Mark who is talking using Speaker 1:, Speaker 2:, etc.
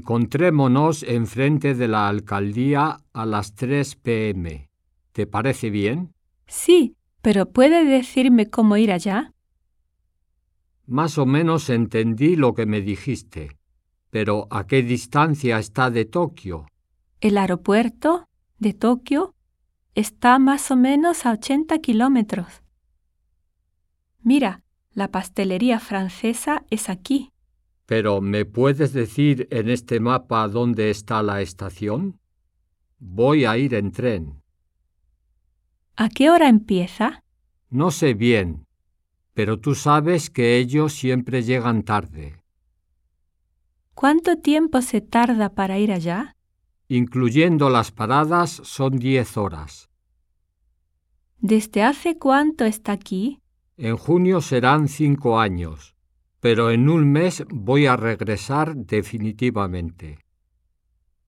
Speaker 1: Encontrémonos enfrente de la alcaldía a las 3 pm. ¿Te parece bien?
Speaker 2: Sí, pero ¿puede decirme cómo ir allá?
Speaker 1: Más o menos entendí lo que me dijiste. Pero ¿a qué distancia está de Tokio?
Speaker 2: El aeropuerto de Tokio está más o menos a 80 kilómetros. Mira, la pastelería francesa es aquí.
Speaker 1: Pero ¿me puedes decir en este mapa dónde está la estación? Voy a ir en tren.
Speaker 2: ¿A qué hora empieza?
Speaker 1: No sé bien, pero tú sabes que ellos siempre llegan tarde,
Speaker 2: ¿Cuánto tiempo se tarda para ir allá?
Speaker 1: incluyendo las paradas son 10 horas.
Speaker 2: ¿Desde hace cuánto está aquí?
Speaker 1: En junio serán 5 años, pero en un mes voy a regresar definitivamente.